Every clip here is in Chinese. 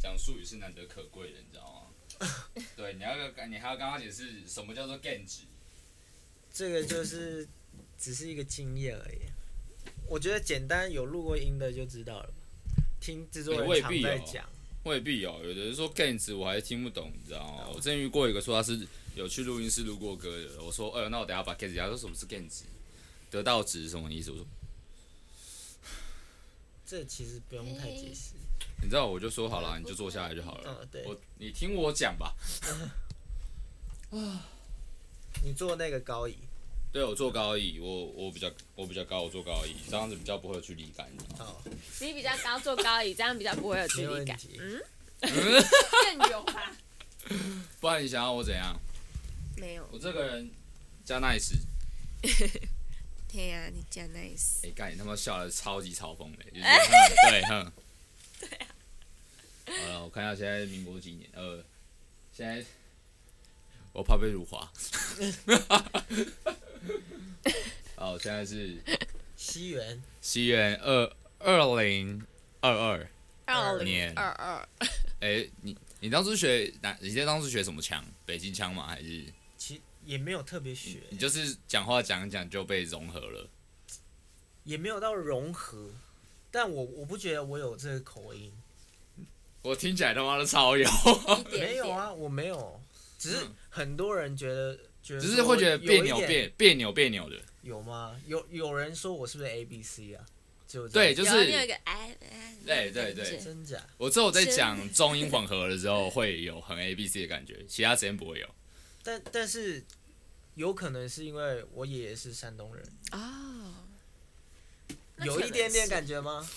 种术语是难得可贵的，你知道 吗？对，你要跟你还要跟他解释什么叫做 gain 值，这个就是只是一个经验而已。我觉得简单有录过音的就知道了吧，听制作哎人未常必在哦讲。未必哦。有的人说 gain 值我还听不懂，你知道吗？我之前遇过一个说他是有去录音室录过歌的，我说，哎、呦，那我等一下把 gain 值，他说什么是 gain 值？得到值是什么意思？我说，这其实不用太解释。嗯你知道，我就说好了，你就坐下来就好了。嗯，对，我你听我讲吧。你做那个高椅，对我做高椅，我我比较我比较高，我做高椅，这样子比较不会有距离感。你知道吗好，你比较高，坐高椅，这样比较不会有哦距没离问感。题。嗯，更有吧？不然你想要我怎样？没有。我这个人加 nice，天呀、你讲 nice。哎、干你他妈笑的超级嘲讽的，就是哎哼对 哼。对啊。好了，我看一下现在民国几年？呃，现在我怕被辱华。 哦，现在是西元西元二二零二二。二年零二二，哎，你你当初学哪？你在当初学什么腔？北京腔吗？还是其也没有特别学，你就是讲话讲一讲就被融合了？也没有到融合，但我我不觉得我有这个口音，我听起来他妈的超有， 一点点没有，啊，我没有，只是嗯很多人觉得觉得只是说会觉得别有一扭点别别扭别扭的。有吗？有有人说我是不是 A B C 啊？只有这对，样就有啊你有一是个 I，哎对对对感觉真假？我只有在是讲中英混合的时候会有很 A B C 的感觉，其他时间不会有。但但是有可能是因为我爷爷是山东人，哦，那有可一点点能是感觉吗？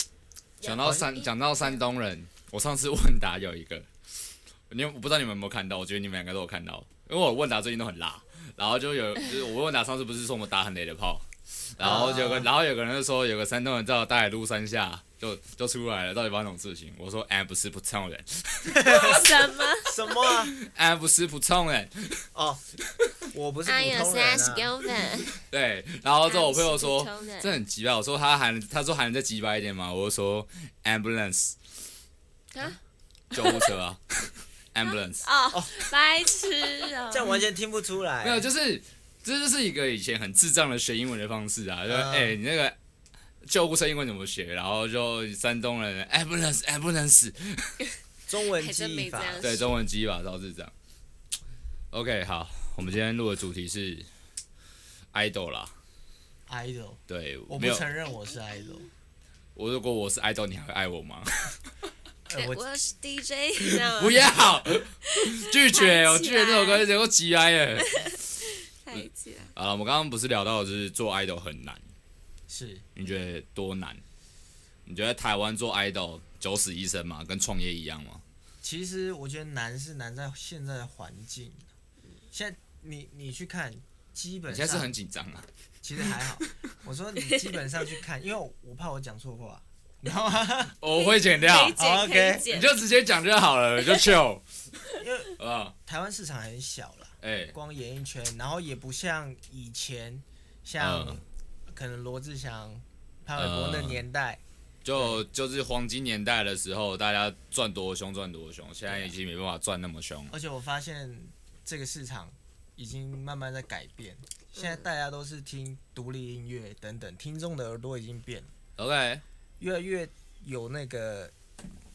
讲啊到山讲到山东人，我上次问答有一个，你有我不知道你们有没有看到？我觉得你们两个都有看到，因为我问答最近都很辣，然后就有就是我问答上次不是说我们打很雷的炮，然后有个、啊然后有个人就说有个山东人到大海路山下就就出来了，到底发生什么事情？我说哎不是普通人，什 么？什么啊？哎不是普通人，哦，我不是普哎呦，通人三十啊！公分。对，然后之后我朋友说俺不是普通人这很鸡巴，我说他喊他说喊的再鸡巴一点嘛，我就说 ambulance 啊救护车啊 ambulance。哦，白痴哦！这样完全听不出来。没有，就是这就是一个以前很智障的学英文的方式啊，就是哎、嗯你那个救护车英文怎么学？然后就山东人 ambulance ambulance，中文还记真忆没这法。样对，中文机吧，导致这样。OK，好，我们今天录的主题是 idol 啦， idol，对，我没不有，承认我是 idol。我如果我是 idol，你还会爱我吗？哎对我我是 DJ，你知道吗？不要，拒绝，我太拒气绝这首歌，了结果急哀耶。太气了。好了，我们刚刚不是聊到就是做 idol 很难，是你觉得多难？你觉得台湾做 idol 九死一生吗？跟创业一样吗？其实我觉得难是难在现在的环境。现在你你去看，基本你现在是上很紧张啊，其实还好。我说你基本上去看，因为我我怕我讲错话，你知道吗？我会剪可掉以，剪，可 OK 以你剪。就直接讲就好了，就 chill 因为啊，台湾市场很小啦，哎，光演艺圈，然后也不像以前，像嗯可能罗志祥、潘玮柏那嗯年代，就就是黄金年代的时候，大家赚多凶赚多凶，现在对啊已经没办法赚那么凶，而且我发现这个市场已经慢慢在改变，嗯现在大家都是听独立音乐等等，听众的耳朵已经变了， ，OK，越来越有那个，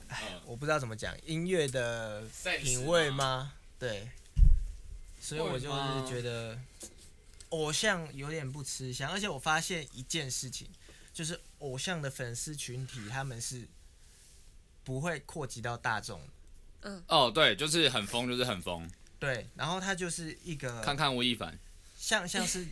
哎嗯，我不知道怎么讲，音乐的 Sense 品味吗吗？对，所以我就会吗是觉得偶像有点不吃香，而且我发现一件事情，就是偶像的粉丝群体他们是不会扩及到大众的，哦，对，就是很疯，就是很疯，对，然后他就是一个看看吴亦凡，像像是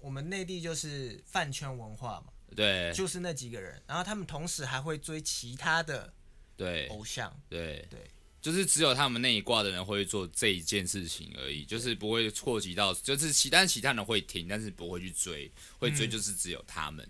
我们内地就是饭圈文化嘛，对就是那几个人，然后他们同时还会追其他的对偶像，对对，就是只有他们那一挂的人会做这一件事情而已，就是不会扩及到，就是其但是其他人会听，但是不会去追，会追嗯就是只有他们，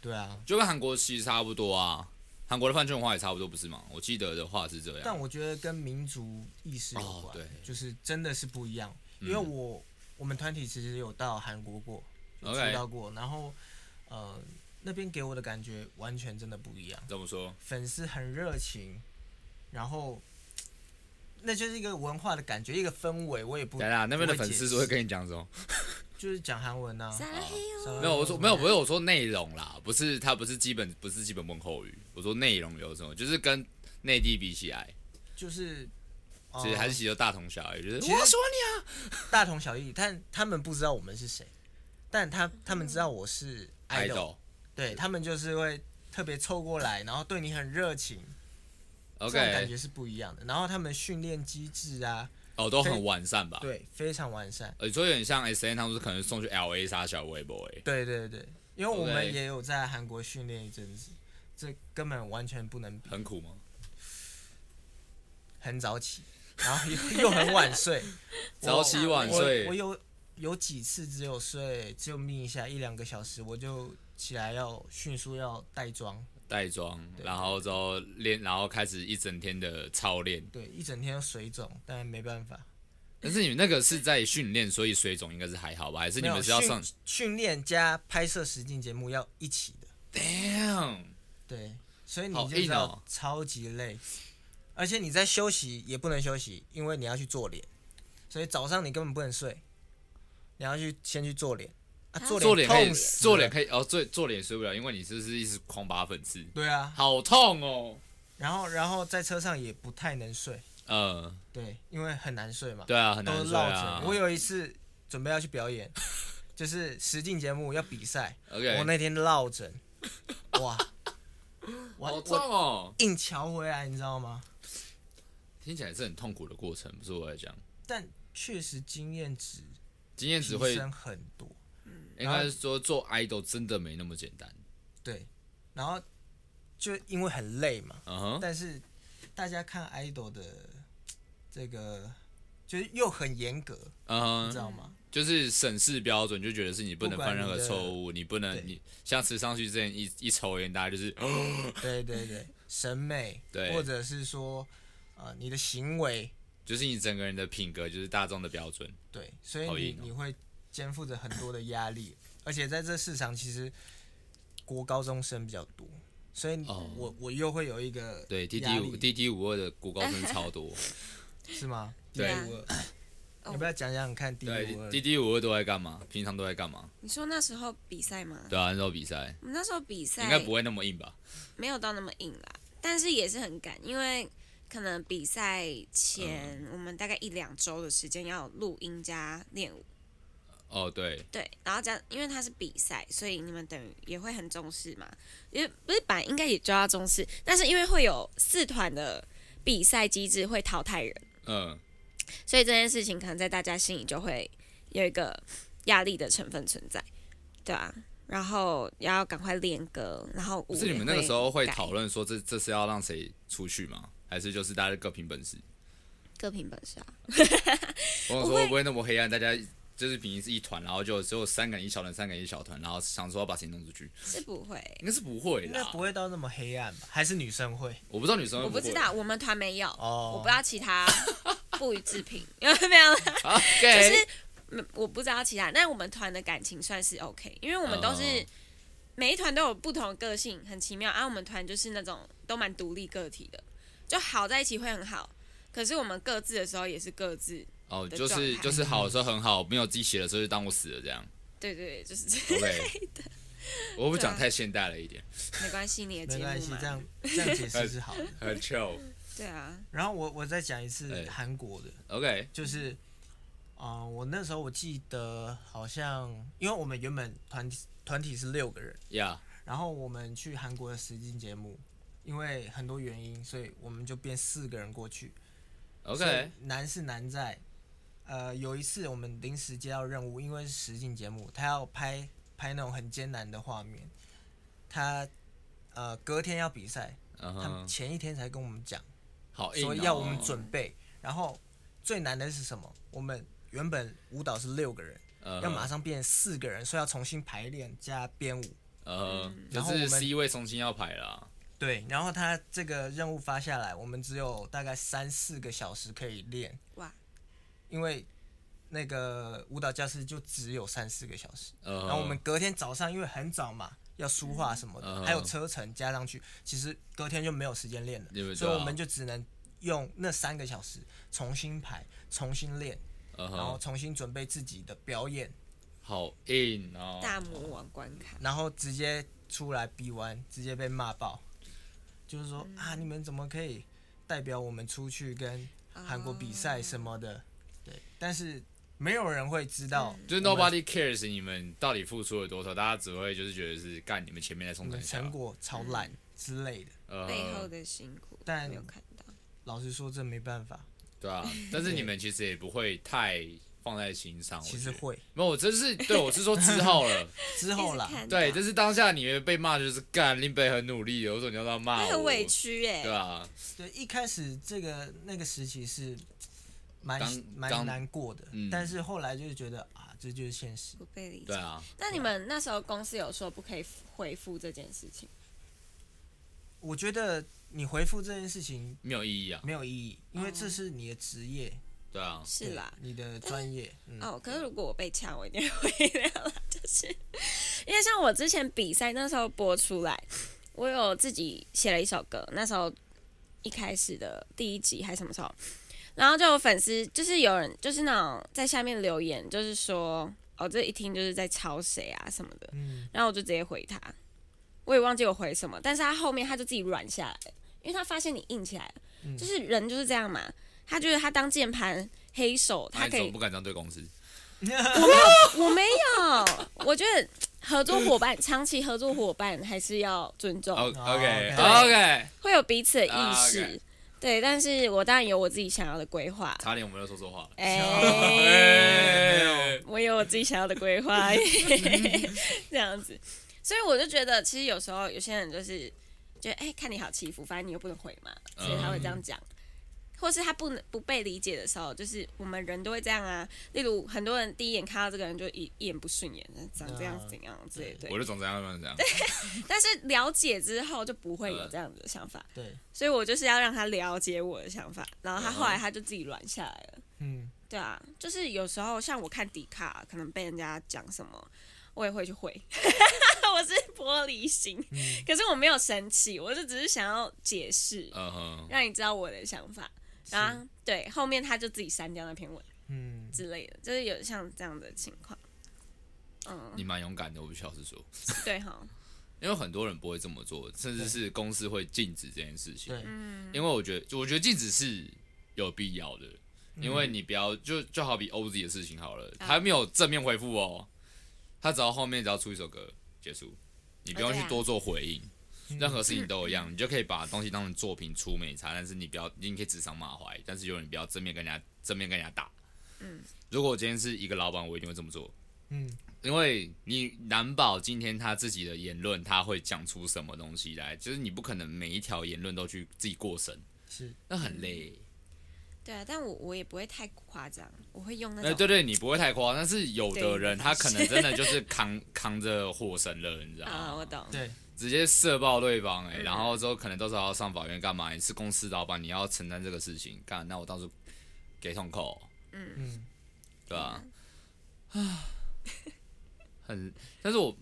对啊。就跟韩国其实差不多啊，韩国的饭圈文化也差不多，不是吗？我记得的话是这样。但我觉得跟民族意识有哦关，对就是真的是不一样。嗯因为我、我们团体其实有到韩国过，有出 OK 道过然后呃那边给我的感觉完全真的不一样，怎么说？粉丝很热情，然后那就是一个文化的感觉，一个氛围，我也不对啦，那边的粉丝是会跟跟你讲什么？就是讲韩文啊，撒拉嘿撒哟，拉没有，我说没有，不是我说内容啦，不是它不是基本不是基本问候语，我说内容有什么，就是跟内地比起来，就是其实呃还是其实都大同小异，就是其实我喜欢你啊，大同小异，但他们不知道我们是谁，但他他们知道我是爱 idol，豆对他们就是会特别凑过来，然后对你很热情这种感，OK，觉是不一样的。然后他们训练机制啊，哦，都非很完善吧？对，非常完善。呃，所以有点像 S N 他们是可能送去 L A 杀小微博，哎，对对对，因为我们 OK 也有在韩国训练一阵子，这根本完全不能比，很苦吗？很早起，然后又 又很晚 睡，我早起晚睡我我有有几次只有睡，只有眯一下一两个小时，我就起来要迅速要带妆，带妆，然后之后练，然后开始一整天的操练。对，一整天都水肿，但没办法。但是你们那个是在训练，所以水肿应该是还好吧？还是你没们有是要训上训练加拍摄实境节目要一起的， ？Damn，对，所以你好就知硬道哦超级累，而且你在休息也不能休息，因为你要去做脸，所以早上你根本不能睡，你要去先去做脸啊，啊做做脸可以痛死，了做脸可以，哦，做做脸睡不了，因为你是不是一直狂拔粉刺？对啊，好痛哦。然后然后在车上也不太能睡，呃，对，因为很难睡嘛，对啊，很都难睡绕着、啊。我有一次准备要去表演， 就是实境节目要比赛，我 OK，那天 落枕，哇，好我痛我哦，硬瞧回来，你知道吗？听起来是很痛苦的过程，不是我在讲，但确实经验值经验只提会升很多，应该是说做 idol 真的没那么简单。对，然后就因为很累嘛，嗯哼，但是大家看 idol 的这个就是又很严格，你嗯知哼，道吗？就是审视标准，就觉得是你不能不管犯任何你的错误，你不对能你像吃上去之前一一抽烟，大家 就是对对对，审美，对或者是说呃你的行为，就是你整个人的品格就是大众的标准。对，所以好你、硬哦你会肩负着很多的压力，而且在这市场其实国高中生比较多，所以哦我我又会有一个对，D 压 D 五力 D D 五二的国高生超 多，是吗？对第五哦二，你要不要讲讲看第对五二？ ，D D 五二都在干嘛？平常都在干嘛？你说那时候比赛吗？对啊，那时候比赛我们那时候比应赛该不会那么硬吧？没有到那么硬啦，但是也是很赶，因为可能比赛前嗯我们大概一两周的时间要录音加练舞，哦，对，对，然后加因为它是比赛，所以你们等于也会很重视嘛，因为不是本来应该也就要重视，但是因为会有四团的比赛机制会淘汰人，嗯，所以这件事情可能在大家心里就会有一个压力的成分存在，对啊。然后要赶快练歌，然后舞不是你们那个时候会改讨论说这这是要让谁出去吗？还是就是大家各凭本事？各凭本事啊。我想我说会会不会那么黑暗？大家就是平时是一团，然后就只有三个人一小团，三个人一小团，然后想说要把谁弄出去，是不会，应该是不会应的啊该。不会到那么黑暗吧？还是女生会？我不知道女生会我不会知。道，我们团没有，哦我不知道其他不予置评， 因为没有啦，就 OK，是嗯我不知道其他，但我们团的感情算是 OK，因为我们都是、哦每一团都有不同的个性，很奇妙啊。我们团就是那种都蛮独立个体的，就好在一起会很好，可是我们各自的时候也是各自，哦，的就是状态就是好的时候很好，没有鸡血的时候就当我死了这样。对对 对，就 是这 OK，我会不会讲对啊太现代了一点，没关系，你的没节关目系，嘛这，样这样解哎释是好的。很 chill。对啊，然后我我再讲一次哎韩国的， OK，就是，啊、我那时候我记得好像，因为我们原本团体团体是六个人，呀，然后我们去韩国的实境节目，因为很多原因，所以我们就变四个人过去。所以 OK，难是难在，呃，有一次我们临时接到任务，因为是实境节目，他要拍拍那种很艰难的画面，他呃隔天要比赛，嗯他们哼，前一天才跟我们讲，好硬说哦。要我们准备。然后最难的是什么？我们原本舞蹈是六个人，呃要马上变四个人，所以要重新排练加编舞。呃，嗯就然后我是们 C 位重新要排啦。对，然后他这个任务发下来，我们只有大概三四个小时可以练，哇，因为那个舞蹈教室就只有三四个小时。呃，然后我们隔天早上，因为很早嘛，要书画什么的，嗯还有车程加上去，其实隔天就没有时间练你们了，对所以我啊们就只能用那三个小时重新排、重新练，嗯然后哼，重新准备自己的表演，好硬哦。大魔王关卡，然后直接出来逼弯，直接被骂爆，就是说嗯啊，你们怎么可以代表我们出去跟啊韩国比赛什么的？对，但是没有人会知道就是 nobody cares 你们到底付出了多少，大家只会就是觉得是干你们前面在我冲三们的小成，果超烂嗯之类的。呃，背后的辛苦，但没有看到。老实说，这没办法，对啊，但是你们其实也不会太放在心上。我其实觉得会没有，我真是对我是说之后了，之后啦一直，看到对，就是当下你被骂就是干林北很努力，有时候你要他骂他我，很委屈哎、对啊，对，一开始这个那个时期是蛮刚蛮刚难过的，嗯但是后来就是觉得啊，这就是现实。不被理对解。啊，那你们那时候公司有说不可以回复这件事情？我觉得你回复这件事情没有意义啊，没有意义，因为哦这是你的职业，对啊，是啦对，你的专业，嗯，哦，可是如果我被呛，我一定会 原谅啦。就是因为像我之前比赛那时候播出来，我有自己写了一首歌，那时候一开始的第一集还是什么时候，然后就有粉丝就是有人就是那种在下面留言，就是说哦这一听就是在抄谁啊什么的，嗯然后我就直接回他，我也忘记我回什么，但是他后面他就自己软下来，因为他发现你硬起来了，嗯就是人就是这样嘛，他觉得他当键盘黑手，那他你可怎以么不敢这样对公司？我没有，我觉得合作伙伴，长期合作伙伴还是要尊重， o 哦 OK 哦 OK OK，会有彼此的意啊识。 ，OK 对，但是我当然有我自己想要的规划。 差点我们又说错 话了。嗯 哎、哎，我有我自己想要的规划， 这样子。所以我就觉得，其实有时候有些人就是觉得，哎、看你好欺负，反正你又不能回嘛，嗯所以他会这样讲。或是他不能不被理解的时候，就是我们人都会这样啊。例如，很多人第一眼看到这个人就一一眼不顺眼，长这样嗯怎样之类的。我就总这样乱讲，但是了解之后就不嗯会有这样子的想法，对，所以我就是要让他了解我的想法，然后嗯他后来他就自己软下来了。嗯，对啊，就是有时候像我看迪卡，可能被人家讲什么，我也会 去回。我是玻璃心，嗯可是我没有生气，我就只是想要解释，嗯哼， 让你知道我的想法。然后对，后面他就自己删掉那篇文嗯，之类的，就是有像这样的情况。嗯，你蛮勇敢的，我必须老实说，对哈，因为很多人不会这么做，甚至是公司会禁止这件事情。对，因为我觉得，我觉得禁止是有必要的，因为你不要就就好比 OZ 的事情好了，嗯他没有正面回复哦，他只要后面只要出一首歌结束，你不用去对啊多做回应，任何事情都一样，你就可以把东西当成作品出美差，但是你不要，你可以指桑骂槐，但是有人不要正面跟人家正面跟人家打。嗯如果我今天是一个老板，我一定会这么做。嗯，因为你难保今天他自己的言论他会讲出什么东西来，就是你不可能每一条言论都去自己过审，是，那很累。对啊，但我我也不会太夸张，我会用嗯那哎，种对对，你不会太夸张，但是有的人对他可能真的就是扛 扛着火神了，你知道啊，我嗯吗？懂。对，直接射爆对方哎、然后之后可能到时候要上法院干嘛？你是公司老板，你要承担这个事情，干那我到时候给痛扣，嗯，对吧、嗯啊？很，但是我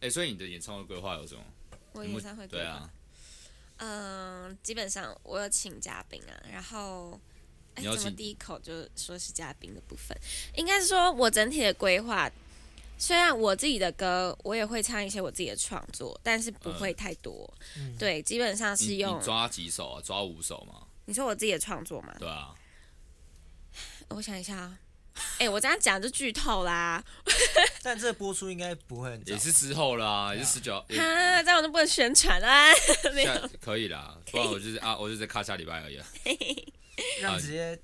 哎、所以你的演唱会规划有什么？我你演目唱会规对划啊，，嗯，基本上我有请嘉宾啊，然后。哎，你有怎么请第一口就说是嘉宾的部分？应该是说我整体的规划，虽然我自己的歌我也会唱一些我自己的创作，但是不会太多。嗯对，基本上是你用你抓几首啊？抓五首嘛？你说我自己的创作嘛？对啊，嗯我想一下 啊，哎、我这样讲就剧透啦，但这播出应该不会很早也，是之后啦，也是十 九，也哈，这样我就不能宣传啦。没有，下可以啦，不然我就是啊，我就在卡下礼拜而已啊。让啊直接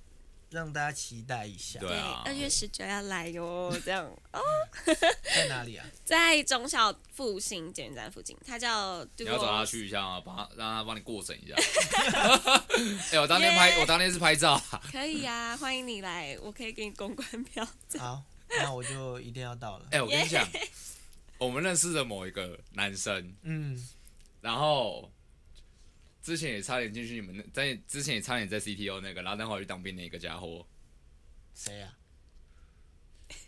让大家期待一下，对啊二月十九要来哟，这样在 哪里啊？在中小复兴捷运站附近，它叫 d 你 u 要找他去一下啊，帮他让他帮你过审一下。哎，我当天 Yeah 拍，我当天是拍照啊，可以啊，欢迎你来，我可以给你公关票。好，那我就一定要到了，哎，我跟你讲，我们认识的某一个男生，嗯，然后之前也差点进去你们那，在之前也差点在 CTO 那个，然后等会儿去当兵那个家伙，谁啊？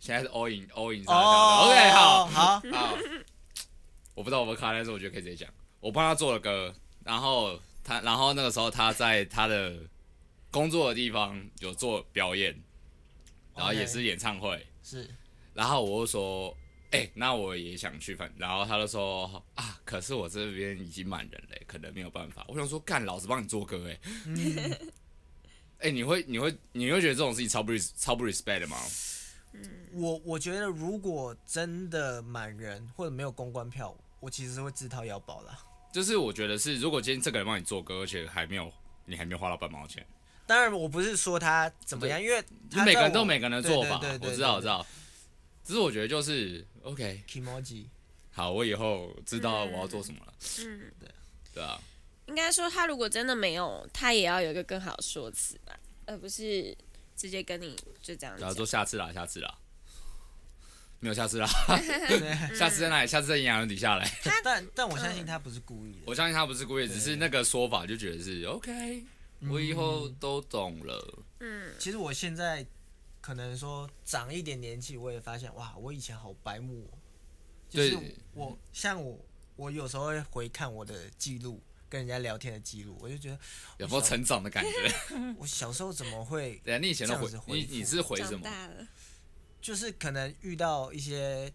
现在是 all in all in 啥的。OK，好，哦好，好，啊我不知道我们卡，但是我觉得可以直接讲。我帮他做了歌，然后他，然后那个时候他在他的工作的地方有做表演，然后 OK 也是演唱会是然后我就说，哎、那我也想去，反，然后他就说啊，可是我这边已经满人了，可能没有办法。我想说，干，老子帮你做歌，哎、 哎、你会你会你会觉得这种事情超不 res- 超不 respect 的吗？我我觉得如果真的满人或者没有公关票，我其实是会自掏腰包啦。就是我觉得是，如果今天这个人帮你做歌，而且还没有你还没有花到半毛钱，当然，我不是说他怎么样，因为就他每个人在都有我每个人的做法，对对对对我知道我对知道。只是我觉得就是 OK， emoji 好，我以后知道我要做什么了，嗯，对啊， 应该说他如果真的没有，他也要有一个更好的说辞吧，而不是直接跟你就这样然讲后。说下次啦，下次啦，没有下次啦，对，嗯下次在哪里？下次在营养人底下来。但但我相信他不是故意的我。相信他不是故意，只是对嗯那个说法就觉得是 OK，我以后都懂了。嗯，其实我现在可能说长一点年纪，我也发现哇，我以前好白目、哦。就是对我像我，我有时候会回看我的记录，跟人家聊天的记录，我就觉得有没啊有成长的感 觉？我小时候怎么会，对啊，你以前都回这样子你回复你是回什长么？大了，就是可能遇到一些，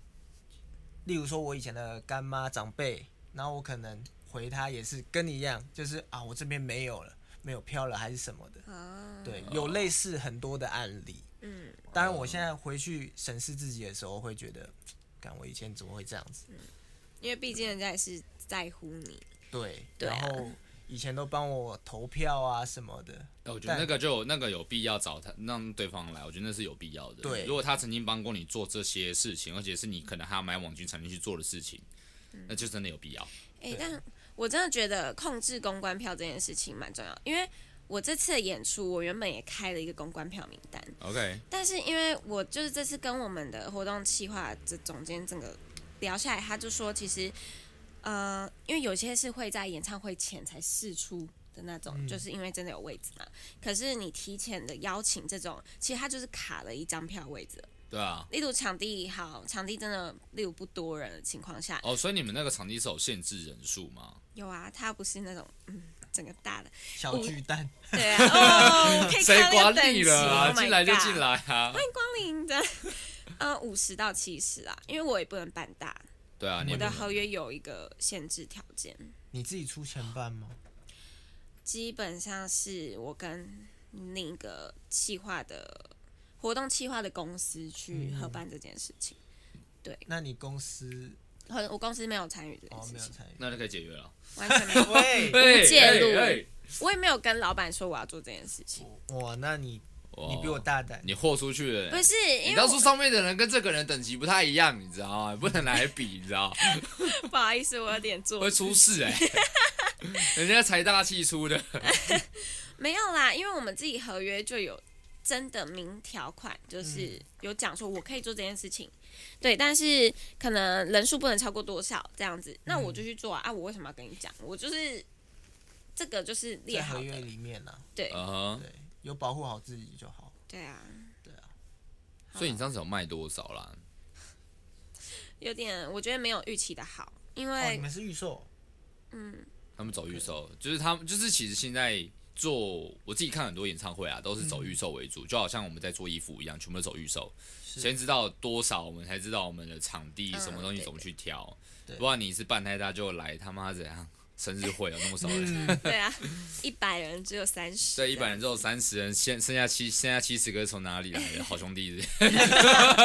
例如说我以前的干妈长辈，然后我可能回他也是跟你一样，就是啊，我这边没有了，没有票了还是什么的。啊，对，有类似很多的案例。嗯，当然，我现在回去审视自己的时候，会觉得，干我以前怎么会这样嗯子？因为毕竟人家也是在乎你，对，对啊然后以前都帮我投票啊什么的，哎我觉得但那个就有那个有必要找他让对方来，我觉得那是有必要的。对如果他曾经帮过你做这些事情，而且是你可能还要买网军才能去做的事情，嗯那就真的有必要。哎、对啊但我真的觉得控制公关票这件事情蛮重要，因为我这次的演出，我原本也开了一个公关票名单， OK，但是因为我就是这次跟我们的活动企划这总监整个聊下来，他就说其实，呃，因为有些是会在演唱会前才试出的那种，嗯就是因为真的有位置嘛。可是你提前的邀请这种，其实他就是卡了一张票位置了。对啊。例如场地好，场地真的例如不多人的情况下，哦，所以你们那个场地是有限制人数吗？有啊，他不是那种嗯整个大的，小巨蛋，对啊，哦，可以谁看管那个等你级了啊？ oh my 进来就 God 进来啊！哎光临的， 呃，五十到七十啊，因为我也不能办大， 对啊，你也我不的能合约有一个限制条件，你自己出钱办吗？基本上是我跟那个企划的活动企划的公司嗯去合办这件事情，那你公司和我公司没有参与这件哦事没有情，参与？那就可以解约了。完全没有， 喂，哎介入哎哎我也没有跟老板说我要做这件事 情，哇，那你你比我哇大胆，你豁出去了欸。不是你因为当初我上面的人跟这个人等级不太一样，你知道吗？不能拿来比，你知 道吗不好意思，我有点做会出事 哎、人家财大气粗的，没有啦，因为我们自己合约就有真的明条款，就是有讲说我可以做这件事情，对，但是可能人数不能超过多少这样子，那我就去做啊！啊我为什么要跟你讲？我就是这个就是列在好合约的，里面呢，对啊、对，有保护好自己就好。对啊，对啊，所以你当时有卖多少啦？有点我觉得没有预期的好，因哦，你为们是预售，嗯他们走预售，就是他们就是其实现在做我自己看很多演唱会啊，都是嗯走预售为主，就好像我们在做衣服一样，全部都走预售，先知道多少，我们才知道我们的场地嗯什么东西对怎么去挑。对不然你是办太大就来他妈怎样生日会有那么少人？对啊，一百人只有三十，对，一百人之后三十人，现剩下七剩下七十个是从哪里来的？好兄弟是啊不是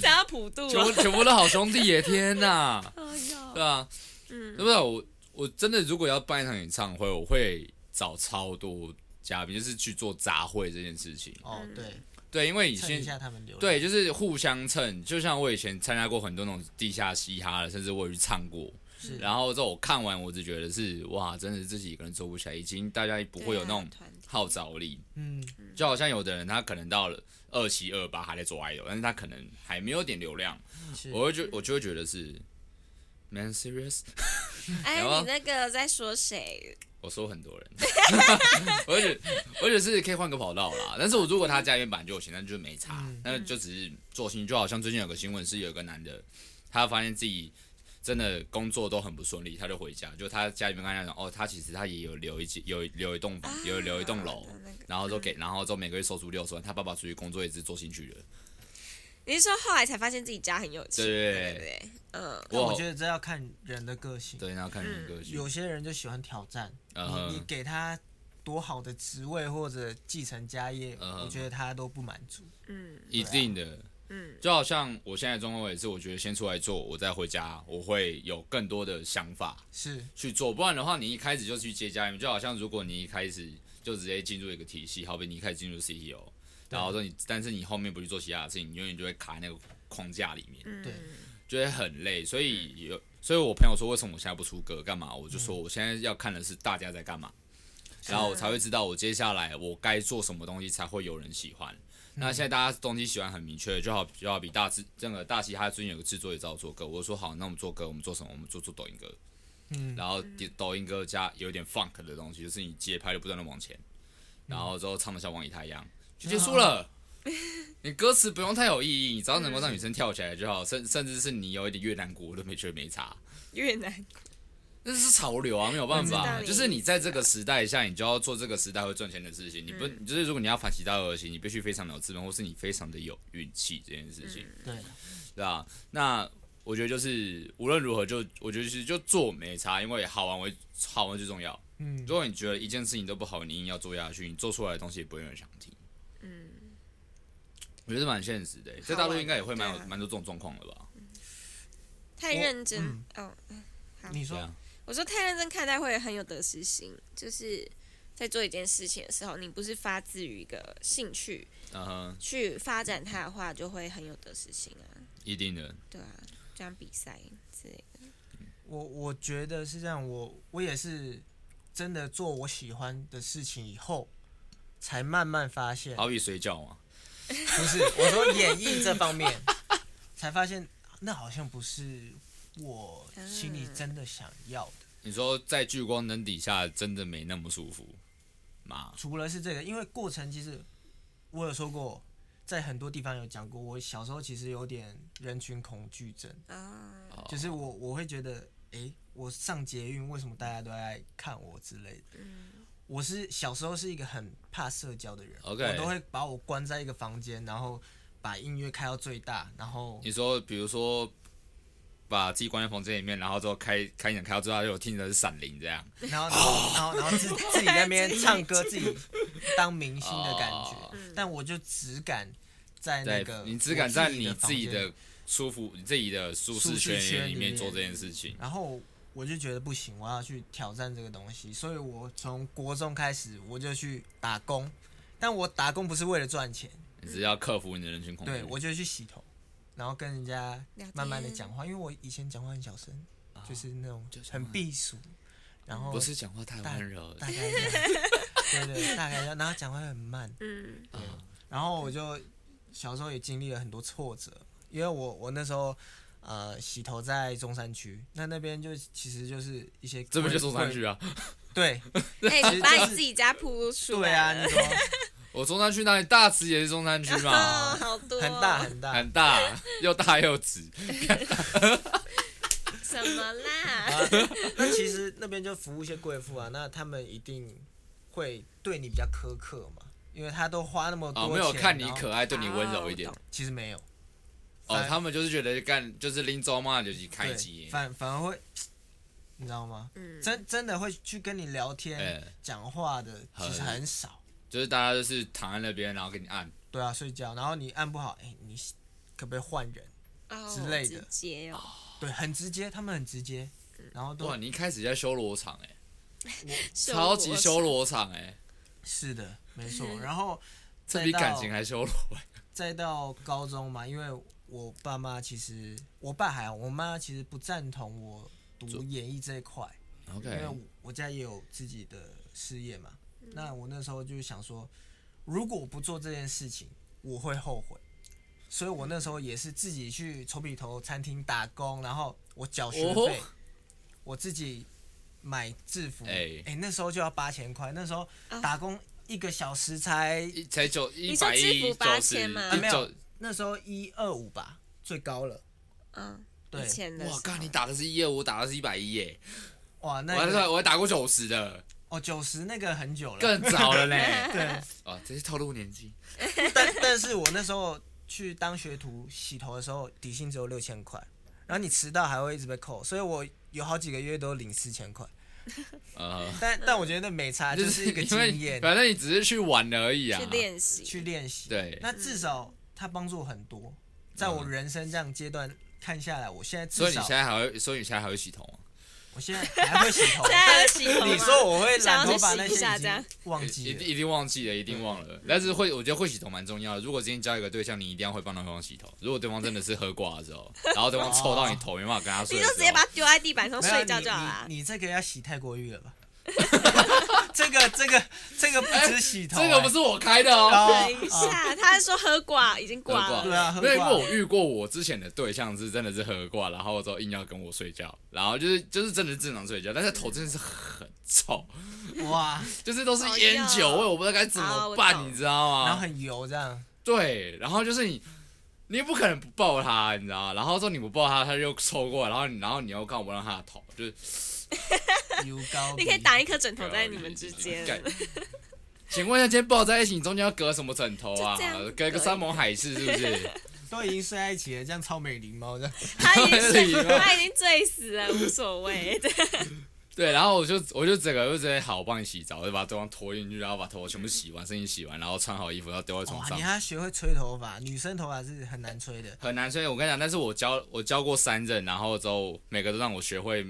这样要普渡全哦，部全部都好兄弟耶！天哪，哎呦对啊，嗯对不对？我我真的如果要办一场演唱会，我会找超多嘉宾，就是去做杂烩这件事情。哦对，对，因为以蹭一前下他们流量，对就是互相蹭，就像我以前参加过很多那种地下嘻哈的，甚至我有去唱过。是然后之后我看完，我只觉得是哇，真的是自己一个人做不起来，已经大家不会有那种对啊团体号召力。嗯，就好像有的人他可能到了二七二八还在做 idol，但是他可能还没有点流量，是我会嗯觉我就会觉得是，man serious，哎，有啊你那个在说谁？我说很多人， 我觉得我觉得是可以换个跑道啦。但是我如果他家里面本来就有钱，那就没差嗯，那就只是做兴趣，就好像最近有个新闻是有个男的，他发现自己。真的工作都很不顺利，他啊就回家。就他家里面跟他讲，哦，他其实他也有留一间，有留一栋房，有留一栋楼，那个然后就给，然后之后每个月收出六十万。他爸爸出去工作也是做兴趣的，你是说后来才发现自己家很有钱，对对对对不对？嗯，但我我觉得这要看人的个性，对，然后看人格性有些人就喜欢挑战，嗯你你哼，给他多好的职位或者继承家业，嗯我觉得他都不满足。一定的。嗯，就好像我现在中文也是，我觉得先出来做，我再回家，我会有更多的想法是，去做。不然的话，你一开始就去接家里，就好像如果你一开始就直接进入一个体系，好比你一开始进入 CTO，然后说你，但是你后面不去做其他的事情，你永远就会卡在那个框架里面。对，就会很累，所以有，所以我朋友说为什么我现在不出歌干嘛，我就说我现在要看的是大家在干嘛，然后我才会知道我接下来我该做什么东西才会有人喜欢。那现在大家东西喜欢很明确，就好就好比大制这个大西他最近有个制作也找我做歌，我就说好，那我们做歌，我们做什么？我们做做抖音歌，嗯，然后抖抖音歌加有点 funk 的东西，就是你节拍就不断的往前，然嗯后之后唱的像王以太一样，就结哦束 了。你歌词不用太有意义，你只要能够嗯让女生跳起来就好，甚甚至是你有一点越南鼓，我都没觉得没差。越南那是潮流啊，没有办我知道法，你就是你在这个时代下，你就要做这个时代会赚钱的事情。你不、嗯就是如果你要反其道而行，你必须非常的有资本，或是你非常的有运气这件事情。嗯对，对啊，那我觉得就是无论如何就，我觉得其实就做没差，因为好玩为好玩最重要。嗯如果你觉得一件事情都不好，你硬要做下去，你做出来的东西也不会有人想听。嗯，我觉得是蛮现实的、在大陆应该也会蛮有对啊蛮多这种状况了吧？太我认真，嗯哦，嗯好你对说啊，我说太认真看待会很有得失心，就是在做一件事情的时候，你不是发自于一个兴趣嗯哼，去发展它的话，就会很有得失心啊，一定的，对啊，就像比赛之类的，我我觉得是这样，我我也是真的做我喜欢的事情以后，才慢慢发现，好比水饺嘛，不是我说演绎这方面，才发现那好像不是我心里真的想要的。你说在聚光灯底下真的没那么舒服吗？除了是这个，因为过程其实我有说过，在很多地方有讲过，我小时候其实有点人群恐惧症，啊、哦就是我我会觉得，诶，我上捷运为什么大家都在看我之类的。我是小时候是一个很怕社交的人 OK 我都会把我关在一个房间，然后把音乐开到最大，然后你说，比如说，把自己关在房间里面，然后之后开开眼开到最大，就听着是闪灵这样。然后，然后，然 后，然后自自己在那边唱歌，自己当明星的感哦觉。但我就只敢在对那个，你只敢在你我自己房间的舒服、你自己的舒适圈里面做这件事情。然后我就觉得不行，我要去挑战这个东西，所以我从国中开始我就去打工，但我打工不是为了赚钱，你只是要克服你的人群恐惧。对我就去洗头，然后跟人家嗯聊天慢慢的讲话，因为我以前讲话很小声，啊就是那种哦是很避暑，然后不是讲话太大温柔，哦大概这样，对对，大概这样，然后讲话很慢，嗯，啊然后我就小时候也经历了很多挫折，因为我我那时候呃洗头在中山区，那那边就其实就是一些这不就贵中山区啊？贵对 哎、实把就你是自己家铺露对出来啊，了你，怎么我中山区那里大直也是中山区嘛，啊哦，好多，很大很大？很大， 又大又直。什么啦？啊那其实那边就服务一些贵妇啊，那他们一定会对你比较苛刻嘛，因为他都花那么多哦，钱，没有看你然后可爱，对你温哦柔一点我。懂其实没有哦反，他们就是觉得干就是拎走嘛，就是开对机。反反而会你知道吗？嗯，真真的会去跟你聊天哎，讲话的其实很很少。就是大家就是躺在那边，然后给你按。对啊，睡觉，然后你按不好，哎、你可不可以换人？哦之类的直接哦，对，很直接，他们很直接，然后都哇，你一开始在修罗场哎、修超级罗修场，罗场哎、是的，没错。然后这再比到感情还修罗、 欸。再到高中嘛，因为我爸妈其实，我爸还好，我妈其实不赞同我读演艺这一块，因为我我家也有自己的事业嘛。那我那时候就想说，如果我不做这件事情，我会后悔。所以我那时候也是自己去丑笔头餐厅打工，然后我缴学哦费，我自己买制服。哎哎、那时候就要八千块，那时候哦打工一个小时才，一才九一你说百制一服九8000十，吗啊没有九那时候一二五吧，最高了。嗯，对以前的时候，哇！靠，你打的是一二，我打的是一百一耶，哇，我那还个 我还打过九十的，哦九十那个很久了。 更早了嘞。 对，哇，啊，直接透露年纪。但 但是我那时候去当学徒洗头的时候，底薪只有六千块，然后你迟到还会一直被扣，所以我有好几个月都领四千块。呃，但但我觉得没差，啊就是一个嗯因为经验，反正你只是去玩而已啊去。练习，去练习。对嗯那嗯至少它帮助我很多，在我人生这样阶段看下来，我现在所至以你少现在还会，所以你现在还会洗头吗？我现在还会洗头。 现在还有洗头吗你说我会染想要去头发洗那一些下已这样经忘一记定了，嗯一定忘记了，一定忘了。但是会，我觉得会洗头蛮重要的。如果今天交一个对象，你一定要会帮对方洗头。如果对方真的是喝挂的时 候，然后对方臭到你头没办法跟他睡你的时就候，直接把它丢在地板上没有啊睡觉就好啦。你你你这个要洗泰国浴 了吧？ 这个这个这个不止洗头、哎欸这个不是是我开的哦。哦等一下，他还说喝挂已经 喝挂了，对啊喝因为因为挂我遇过我之前的对象是真的是喝挂，然后之后硬要跟我睡觉，然后就是就是真的是正常睡觉，但是头真的是很臭，哇，就是都是烟酒味，我不知道该怎哦啊么我办，懂你知道吗？然后很油这样，对，然后就是你，你也不可能不抱他，你知道吗？然后说你不抱他，他就凑过来，然后你，然后你又看我到他的头，就是呃油膏你可以打一颗枕头在你们之间。干请问一下，今天抱在一起，你中间要隔什么枕头啊就这样？隔一个山盟海誓是不 是？都已经睡在一起了，这样超没礼貌的。他已经合理 睡，吗他已经醉死了，无所谓。 对，对，然后我就我就整个就直接好，我帮你洗澡，我就把对方拖进去，然后把头全部洗完，身体洗完，然后穿好衣服，然后丢在床哇，上你。还要学会吹头发，女生头发是很难吹的。很难吹，我跟你讲，但是我教我教过三任，然后之后每个都让我学会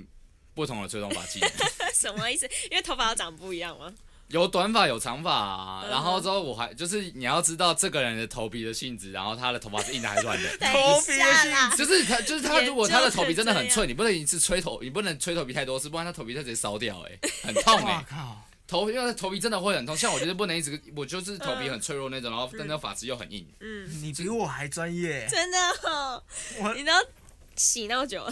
不同的吹头发技能。 什么意思？因为头发要长不一样吗？有短发有长发、啊，嗯。然后之后我还就是你要知道这个人的头皮的性质，然后他的头发是硬的还是欸软的 等一下啦，就是他，就是他。研究如果他的头皮真的很成这脆，你不能一次吹头，你不能吹头皮太多次，不然他头皮会直接烧掉、欸，很痛哎、哇欸靠！头因为头皮真的会很痛，像我就是不能一直，我就是头皮很脆弱那种，然后但那发质又很硬。嗯，你比我还专业，真的哦，我你都洗那么久，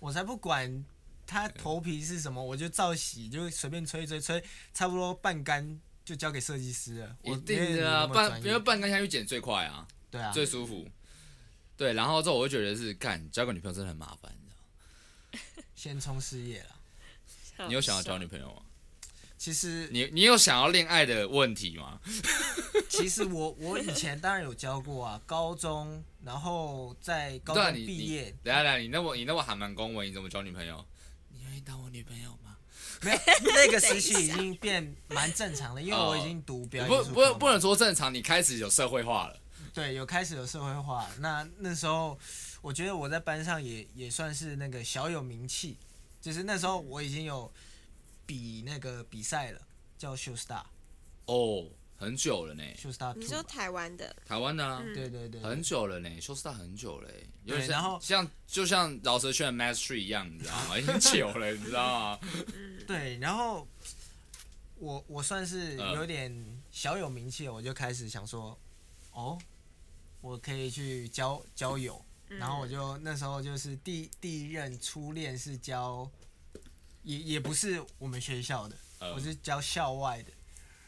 我才不管他头皮是什么，我就照洗，就随便吹一吹吹，差不多半干就交给设计师了。我一定的啊，没有半你那么专因为业半干下去剪最快啊，对啊，最舒服。对，然后之后我就觉得是干交个女朋友真的很麻烦，你知道吗先冲事业了。哦你有想要交女朋友吗？其实你你有想要恋爱的问题吗？其实我我以前当然有教过啊，高中，然后在高对啊，中你毕你业，等一下等一下，你那么你那么韩蛮恭维，你怎么交女朋友？你愿意当我女朋友吗？没有 那个时期已经变蛮正常的，因为我已经读表演不艺术科哦不嘛不能说正常，你开始有社会化了。对，有开始有社会化。那那时候，我觉得我在班上也也算是那个小有名气，就是那时候我已经有比那个比赛了，叫 Show Star 哦，很久了呢， Show Star 你说 Two，台湾的，台湾的、啊嗯对对对，很久了呢，休斯达很久了欸，有点对像然后像就像饶舌圈的 Mastery 一样，你知道 吗？已经久了，你知道吗？对。然后我我算是嗯有点小有名气了，我就开始想说，哦，我可以去交交友。然后我就那时候就是第第一任初恋是教，也也不是我们学校的。呃我，是教校外的，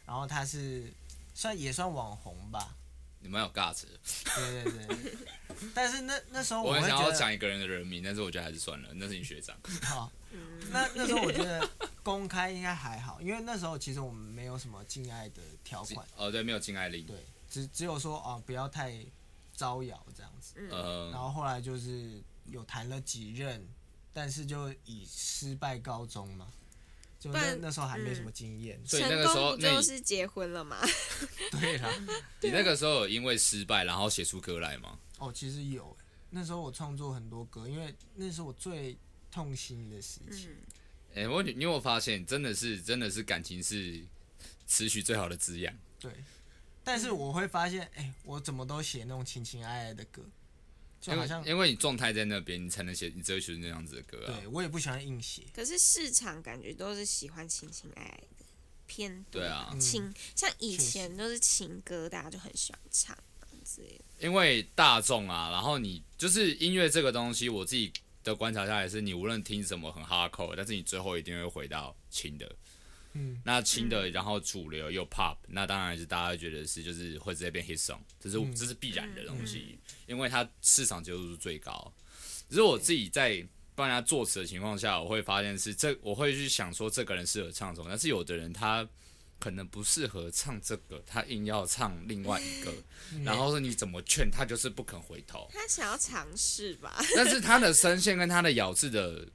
然后他是算也算网红吧，你们有尬词，对对对。但是那那时候我哦会很想觉要得，讲一个人的人名，但是我觉得还是算了，那是你学长。好，嗯那那时候我觉得公开应该还好，因为那时候其实我们没有什么禁爱的条款，哦，对，没有禁爱令。对，只只有说啊不要太招摇这样子。嗯然呃，后后来就是有谈了几任，但是就以失败告终嘛，就不那然那时候还没什嗯么经验，所以那成个时功候不那就你是结婚了吗？对啦。你那个时候有因为失败然后写出歌来吗？ 哦，其实有欸，那时候我创作很多歌，因为那是我最痛心的事情。嗯，哎、我你你有没有发现，真的是真的是感情是持续最好的滋养。对，但是我会发现，哎、我怎么都写那种情情爱爱的歌，就因好为像因为你状态在那边，你才能写，你只会写出那样子的歌啊。对我也不喜欢硬写。可是市场感觉都是喜欢情情爱爱的偏多对啊，情，像以确实前都是情歌，大家就很喜欢唱啊之类的。因为大众啊，然后你就是音乐这个东西，我自己的观察下来是，你无论听什么很 hardcore，但是你最后一定会回到轻的。嗯，那轻的，然后主流又 pop，那当然是大家会觉得是就是会直接变 hit song，这是、嗯这是必然的东西，因为它市场接受度最高。只是我自己在帮人家作词的情况下，我会发现是这，我会去想说这个人适合唱什么，但是有的人他可能不适合唱这个，他硬要唱另外一个，然后是你怎么劝他就是不肯回头。 他想要尝试吧？但是他的声线跟他的咬字的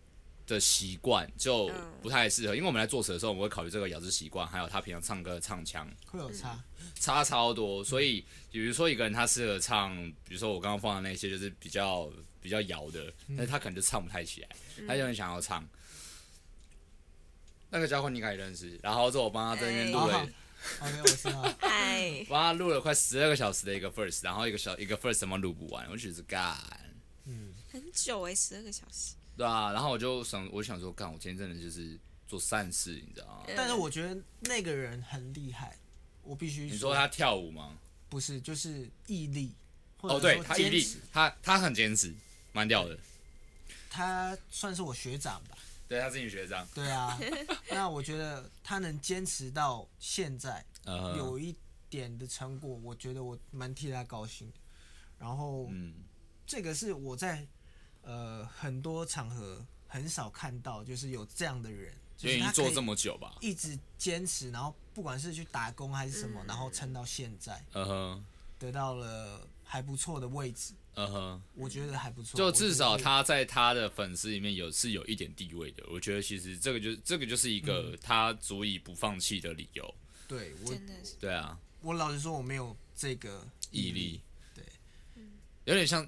的习惯就不太适合，因为我们在作词的时候，我们会考虑这个咬字习惯，还有他平常唱歌的唱腔会有差。差超多。所以，比如说一个人他适合唱，比如说我刚刚放的那些，就是比较比较摇的，但是他可能就唱不太起来，他就很想要唱。那个家伙你应该也认识，然后之后我帮他在那边录哎了哦，OK，我知道。哎，帮他录了快十二个小时的一个 first，然后一个小一个 first 怎么录不完，我觉得是干。很久欸哎、十二个小时。对啊，然后我就想，我想说，干，我今天真的就是做善事，你知道吗？但是我觉得那个人很厉害，我必须你说他跳舞吗？不是，就是毅力。或哦，者对说他毅力坚持，他他很坚持，蛮屌的。他算是我学长吧。对他是你学长，对啊，那我觉得他能坚持到现在，呃，有一点的成果，我觉得我蛮替他高兴的。然后嗯，这个是我在呃很多场合很少看到，就是有这样的人，就愿意是他可做以这么久吧？一直坚持，然后不管是去打工还是什么，然后撑到现在，嗯哼，得到了还不错的位置，嗯哼，我觉得还不错。就哦我觉至少得他在他的粉丝里面有是有一点地位的。我觉得其实这个就这个就是一嗯个他足以不放弃的理由。对我，真的是对啊，我老实说我没有这个毅力，嗯对，有点像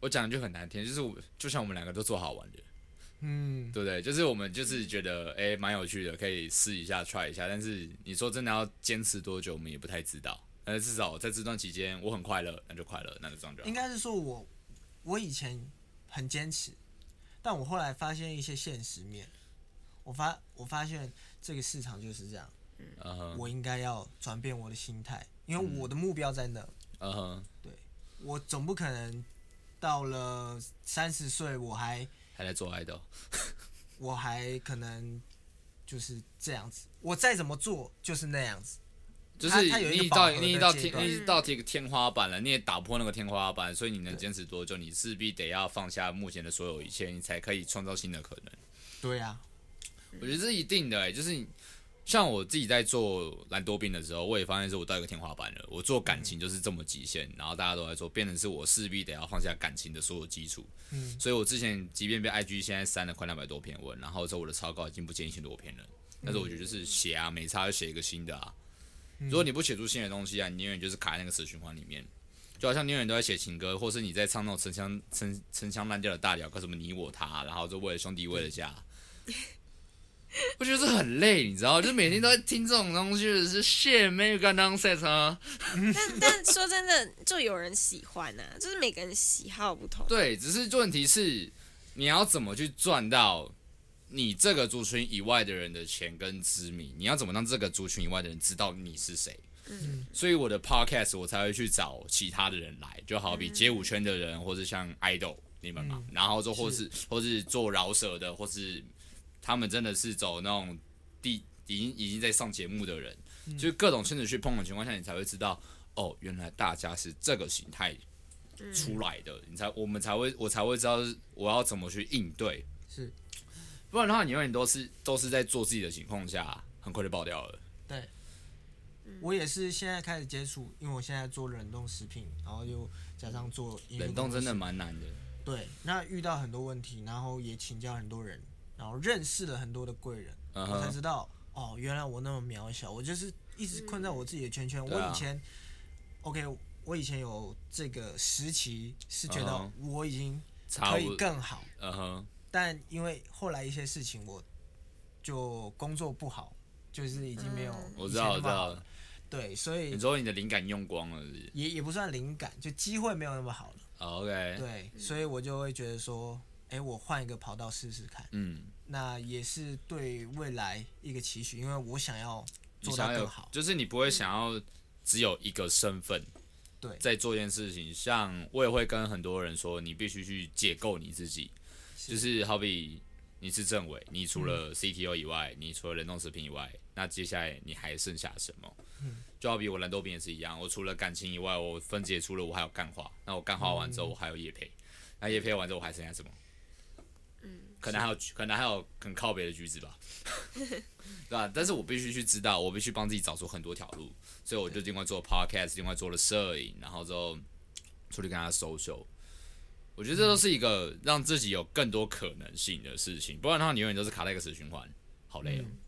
我讲一句很难听，就是我就像我们两个都做好玩的。嗯，对不对？就是我们就是觉得哎蛮、有趣的，可以试一下 try 一下。但是你说真的要坚持多久，我们也不太知道。但是至少在这段期间，我很快乐，那就快乐，那就这样就好应。该是说我我以前很坚持，但我后来发现一些现实面，我发我发现这个市场就是这样，嗯哼，我应该要转变我的心态，因为我的目标在那，嗯哼，我总不可能到了三十岁我还还在做爱哦豆，我还可能就是这样子，我再怎么做就是那样子。就是他有一个你已饱和到的你已到阶天段嗯你已到这个天花板了，你也打破那个天花板，所以你能坚持多久，你势必得要放下目前的所有一切，你才可以创造新的可能。对啊，我觉得这是一定的、欸，就是你像我自己在做兰多病的时候，我也发现是我到一个天花板了。我做感情就是这么极限，然后大家都在做，变成是我势必得要放下感情的所有基础。嗯所以我之前即便被 IG 现在删了快两百多篇文，然后之后我的草稿已经不见一千多篇了。但是我觉得就是写啊，没差就写一个新的啊。如果你不写出新的东西啊，你永远就是卡在那个死循环里面。就好像你永远都在写情歌，或是你在唱那种陈腔陈陈腔滥调的大调，歌，什么你我他，然后就为了兄弟为了家，我觉得这很累，你知道，就是每天都在听这种东西，就是谢没有 nonsense 啊。但但说真的，就有人喜欢呐、啊，就是每个人喜好不同。对，只是问题是你要怎么去赚到你这个族群以外的人的钱跟知名？你要怎么让这个族群以外的人知道你是谁？所以我的 podcast 我才会去找其他的人来，就好比街舞圈的人，或是像 idol 你们嘛，然后就或是或是做饶舌的，或是他们真的是走那种第已经已经在上节目的人，就是各种圈子去碰的情况下，你才会知道哦，原来大家是这个形态嗯出来的，你才我们才会我才会知道我要怎么去应对，是不然的话你永远都是都是在做自己的情况下，很快就爆掉了。对。我也是现在开始接触，因为我现在做冷冻食品，然后又加上做音乐冷冻真的工蛮难的，作室对。那遇到很多问题，然后也请教很多人，然后认识了很多的贵人，嗯我才哼，知道哦，原来我那么渺小，我就是一直困在我自己的圈圈。对啊我以前，OK，我以前有这个时期是觉嗯得我已经差可以不多，更好，嗯哼，但因为后来一些事情，我就工作不好，就是已经没有嗯我以知前道，我那知么好道了，。对，所你以说你的灵感用光了是不是也也不算灵感，就机会没有那么好了。哦？OK，对，所以我就会觉得说，哎，我换一个跑道试试看，嗯，那也是对未来一个期许，因为我想要你做想到要更有好，。就是你不会想要只有一个身份对，在做一件事情。像我也会跟很多人说，你必须去解构你自己，就是好比你是政委，你除嗯了 CTO 以外，你除了冷冻食品以外，那接下来你还剩下什么？嗯就好比我蓝豆饼也是一样，我除了感情以外，我分解出了我还嗯有干化，那我干化完之后，我还有叶培，那叶培完之后我还剩下什么？可能还有可能还有很靠北的橘子吧，对吧、但是我必须去知道，我必须帮自己找出很多条路，所以我就另外做 podcast，另外做了摄影，然后之后出去跟他 social。我觉得这都是一个让自己有更多可能性的事情，不然的话你永远都是卡在一个死循环，好累哦。嗯